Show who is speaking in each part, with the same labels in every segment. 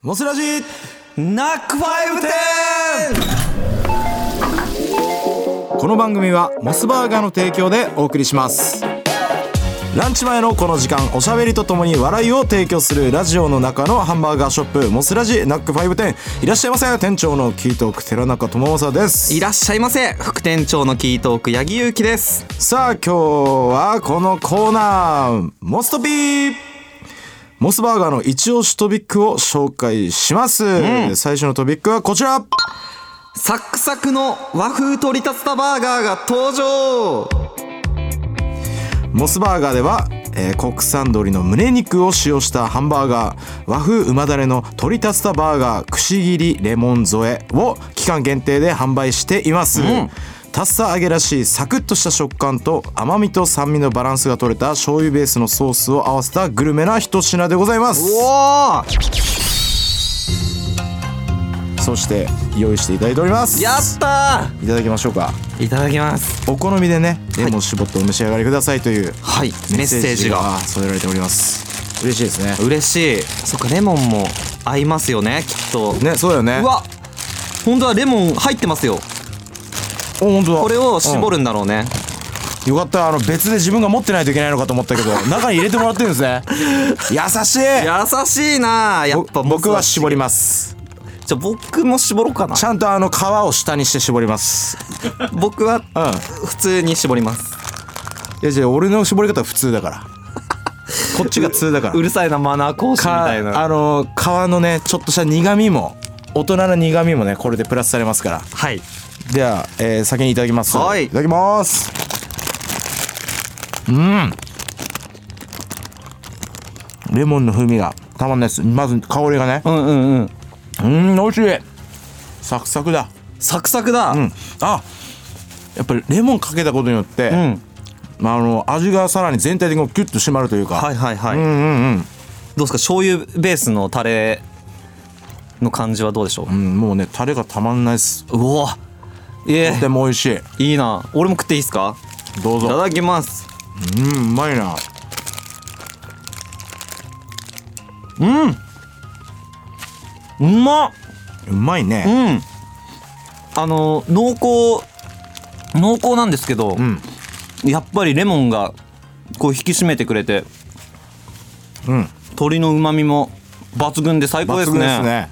Speaker 1: モスラジナックファイブテンこの番組はモスバーガーの提供でお送りしますランチ前のこの時間おしゃべりとともに笑いを提供するラジオの中のハンバーガーショップモスラジナックファイブテンいらっしゃいませ店長のキートーク寺中智正です
Speaker 2: いらっしゃいませ副店長のキートーク八木ゆうきです
Speaker 1: さあ今日はこのコーナーモストピーモスバーガーの一押しトピックを紹介します、最初のトピックはこちら
Speaker 2: サックサクの和風取り立てたバーガーが登場
Speaker 1: モスバーガーでは、えー国産鶏の胸肉を使用したハンバーガー和風旨だれの鶏竜田バーガー串切りレモン添えを期間限定で販売しています、タッサ揚げらしいサクッとした食感と甘みと酸味のバランスが取れた醤油ベースのソースを合わせたグルメな一品でございます
Speaker 2: おー
Speaker 1: そして用意していただいております
Speaker 2: やった
Speaker 1: いただきましょうか
Speaker 2: ーいただきます
Speaker 1: お好みでねレモン絞ってお召し上がりくださいという
Speaker 2: はいメ
Speaker 1: メッ
Speaker 2: ッセ
Speaker 1: セ
Speaker 2: ー
Speaker 1: ー
Speaker 2: ジ
Speaker 1: ジ
Speaker 2: が
Speaker 1: が添えられております嬉しいですね
Speaker 2: 嬉しいそっかレモンも合いますよねきっと、
Speaker 1: ねそうだよね
Speaker 2: うわ本当はレモン入ってますよ
Speaker 1: お本当だ
Speaker 2: これを絞
Speaker 1: る、
Speaker 2: るんだろうね、
Speaker 1: うんよかったあの別で自分が持ってないといけないのかと思ったけど中に入れてもらってるんです ね優しい
Speaker 2: 優しいなーやっぱ
Speaker 1: ぼ僕は絞り
Speaker 2: ま
Speaker 1: ます
Speaker 2: すじゃあ僕も絞ろうかな
Speaker 1: ちゃんとあの皮を下にして絞ります
Speaker 2: 僕は
Speaker 1: うん
Speaker 2: 普通に絞ります
Speaker 1: いやじゃあ俺の絞り方は普通だ からこっちが通だから
Speaker 2: うるさいなマナー講師み
Speaker 1: か
Speaker 2: たいな
Speaker 1: あの皮のねちょっとした苦味も大人の苦味もねこれでプラスされますから
Speaker 2: はい
Speaker 1: では、えー先にいただきます
Speaker 2: はい
Speaker 1: ただきますうんレモンの風味がたまんないですまず香りがね
Speaker 2: うんうんうん
Speaker 1: うん美味しいサクサクだ
Speaker 2: サクサクだ、
Speaker 1: うんあやっぱりレモンかけたことによって、
Speaker 2: ん
Speaker 1: まあ、あの味がさらに全体的にこうキュッと締まるというか、
Speaker 2: はいはいはい、
Speaker 1: うんうん
Speaker 2: ど
Speaker 1: うん
Speaker 2: うですか醤油ベースのタレの感じはどうでしょう、
Speaker 1: うんもうねタレがたまんないです
Speaker 2: うわ
Speaker 1: と
Speaker 2: え
Speaker 1: ても美味しい
Speaker 2: えいいな俺も食っていいですか
Speaker 1: どう
Speaker 2: いた
Speaker 1: ぞ
Speaker 2: だきます
Speaker 1: うんうまいな
Speaker 2: うまっ
Speaker 1: うまいね
Speaker 2: うんあの濃厚濃厚なんですけど、
Speaker 1: ん
Speaker 2: やっぱりレモンがこう引き締めてくれて
Speaker 1: うん
Speaker 2: 鶏の旨味も抜群で最高ですね
Speaker 1: 抜群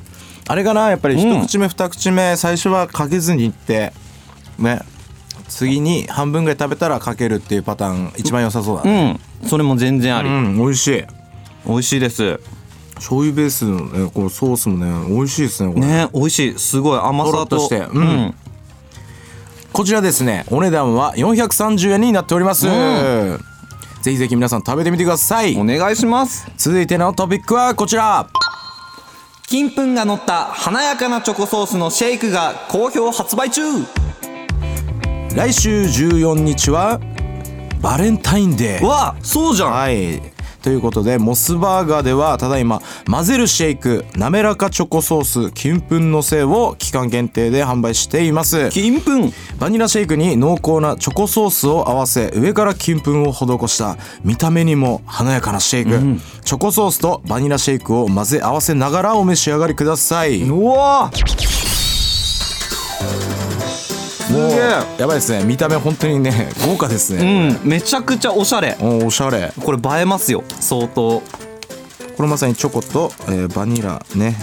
Speaker 1: あれかなやっぱり
Speaker 2: うん
Speaker 1: 一口目二口目最初はかけずにいってね次に半分ぐらい食べたらかけるっていうパターン一番良さそうだね
Speaker 2: うんそれも全然あり、
Speaker 1: うん美味しい
Speaker 2: 美味しいです
Speaker 1: 醤油ベースのねこのソースもね美味しいですねこれ
Speaker 2: ね美味しいすごい甘さと
Speaker 1: とろっとして
Speaker 2: う
Speaker 1: うんん、こちらですねお値段は430円になっております、
Speaker 2: ん
Speaker 1: ぜひぜひ皆さん食べてみてください
Speaker 2: お願いします
Speaker 1: 続いてのトピックはこちら
Speaker 2: 金粉が乗った華やかなチョコソースのシェイクが好評発売中
Speaker 1: 来週14日はバレンタインデー
Speaker 2: わあそうじゃん、
Speaker 1: はい。ということで、モスバーガーでは、ただいま、混ぜるシェイク、なめらかチョコソース、金粉のせを期間限定で販売しています。
Speaker 2: 金粉
Speaker 1: バニラシェイクに濃厚なチョコソースを合わせ、上から金粉を施した、見た目にも華やかなシェイク。チョコソースとバニラシェイクを混ぜ合わせながらお召し上がりください。
Speaker 2: うわ
Speaker 1: もう
Speaker 2: げえ
Speaker 1: やばいですね。見た目本当にね、豪華です
Speaker 2: う
Speaker 1: ね。
Speaker 2: んめちゃくちゃおしゃれ
Speaker 1: おおしゃれ。
Speaker 2: これ映えますよ相当
Speaker 1: これまさにチョコと、えーバニラね、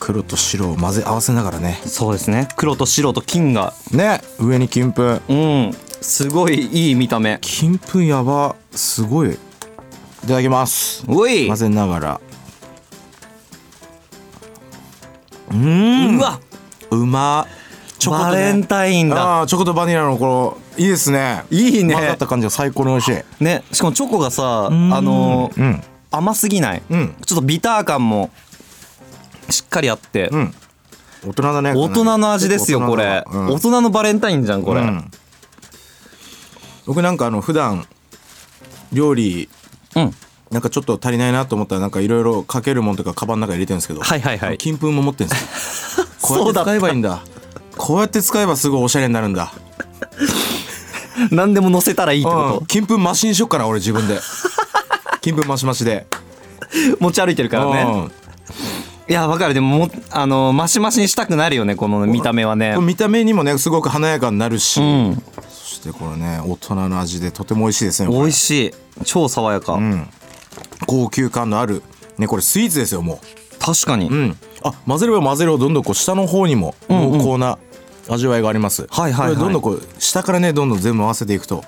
Speaker 1: 黒と白を混ぜ合わせながらね。
Speaker 2: そうですね黒と白と金が
Speaker 1: ね上に金粉
Speaker 2: うんすごいいい見た目
Speaker 1: 金粉やばすごいいただきます
Speaker 2: おい
Speaker 1: 混ぜながら
Speaker 2: うわ
Speaker 1: うまチョコと、
Speaker 2: バ
Speaker 1: ね、
Speaker 2: レンタインだ
Speaker 1: あーチョコとバニラのこのいいですね
Speaker 2: いいね
Speaker 1: 混ざった感じが最高に美味しい
Speaker 2: ねしかもチョコがさあのー
Speaker 1: うん
Speaker 2: 甘すぎない、
Speaker 1: うん
Speaker 2: ちょっとビター感もしっかりあって、
Speaker 1: うん大人だね
Speaker 2: 大人の味ですよこれ、
Speaker 1: 大人だ
Speaker 2: 大人のバレンタインじゃんこれ、
Speaker 1: うんうん僕なんかあの普段料理
Speaker 2: うん
Speaker 1: なんかちょっと足りないなと思ったらなんかいろいろかけるもんとかカバンの中に入れてるんですけど
Speaker 2: はいは いはい
Speaker 1: 金粉も持ってるんです よこうや
Speaker 2: そ
Speaker 1: っ
Speaker 2: う
Speaker 1: て
Speaker 2: だった
Speaker 1: 使えばいいんだこうやって使えばすごいおしゃれになるんだ
Speaker 2: 何でも乗せたらいいって
Speaker 1: う
Speaker 2: こ
Speaker 1: ん金粉マシにしよっかな俺 自分で金粉マシマシで
Speaker 2: と持ち歩いてるからね
Speaker 1: うん
Speaker 2: いや、わかる。でもも、あの、マシマシにしたくなるよね、この見た目はね
Speaker 1: これ。見た目にもねすごく華やかになるし、
Speaker 2: ん
Speaker 1: そしてこれね大人の味でとても美味しいですねこ
Speaker 2: 美
Speaker 1: れ
Speaker 2: 味しい。超爽やか。
Speaker 1: 高級感のあるねこれスイーツですよも
Speaker 2: 確かに、
Speaker 1: ううんあ混ぜれば混ぜるほどどんどんこう下の方にも濃厚な味わいがあります、
Speaker 2: はいはいは
Speaker 1: こ
Speaker 2: い
Speaker 1: れどんどんこう下からねどんどん全部合わせていくと、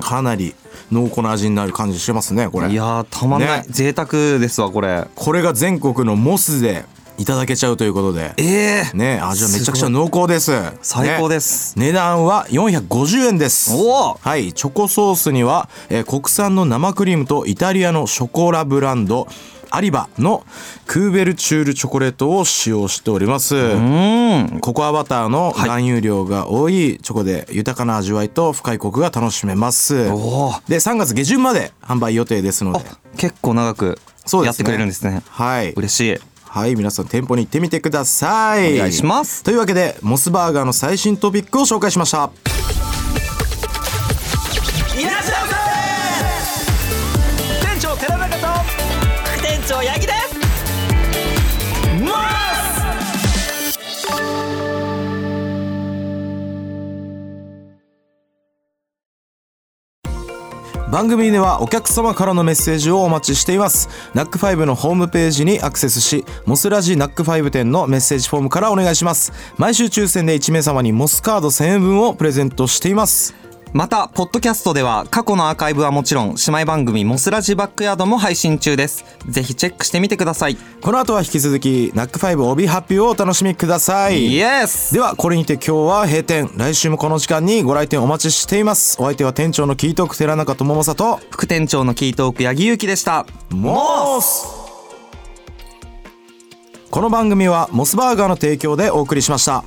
Speaker 1: かなり濃厚な味になる感じしてますねこれ
Speaker 2: いやー、たまんない。
Speaker 1: ね
Speaker 2: 贅沢ですわ、これ。
Speaker 1: これが全国のモスでいただけちゃうということで
Speaker 2: ええー。
Speaker 1: ね味はめちゃくちゃ
Speaker 2: す
Speaker 1: 濃厚です
Speaker 2: 最高
Speaker 1: ね
Speaker 2: です。
Speaker 1: 値段は450円です
Speaker 2: おお
Speaker 1: はいチョコソースには、えー国産の生クリームとイタリアのショコラブランドアリバのクーベルチュールチョコレートを使用しております
Speaker 2: うん。
Speaker 1: ココアバターの含有量が多いチョコで豊かな味わいと深いコクが楽しめます
Speaker 2: おー
Speaker 1: で3月下旬まで販売予定ですので
Speaker 2: 結構長く
Speaker 1: そうで
Speaker 2: やっ
Speaker 1: す
Speaker 2: て
Speaker 1: ね
Speaker 2: くれるんですね。
Speaker 1: はい
Speaker 2: 嬉しい。
Speaker 1: はい皆さん店舗に行ってみてください
Speaker 2: お願いします
Speaker 1: というわけでモスバーガーの最新トピックを紹介しました
Speaker 3: いらっしゃいませ店長寺中と副店長八木です
Speaker 1: 番組ではお客様からのメッセージをお待ちしていますナックファイブのホームページにアクセスしモスラジナックファイブ店のメッセージフォームからお願いします毎週抽選で1名様にモスカード1000円分をプレゼントしています
Speaker 2: また、ポッドキャストでは過去のアーカイブはもちろん、姉妹番組モスラジバックヤードも配信中です。ぜひチェックしてみてください。
Speaker 1: この後は引き続きナックファイブ帯ハッピーをお楽しみください
Speaker 2: イエス
Speaker 1: ではこれにて今日は閉店来週もこの時間にご来店お待ちしていますお相手は店長のキートーク寺中智正と
Speaker 2: 副店長のキートーク八木ゆうきでした。
Speaker 1: モスこの番組はモスバーガーの提供でお送りしました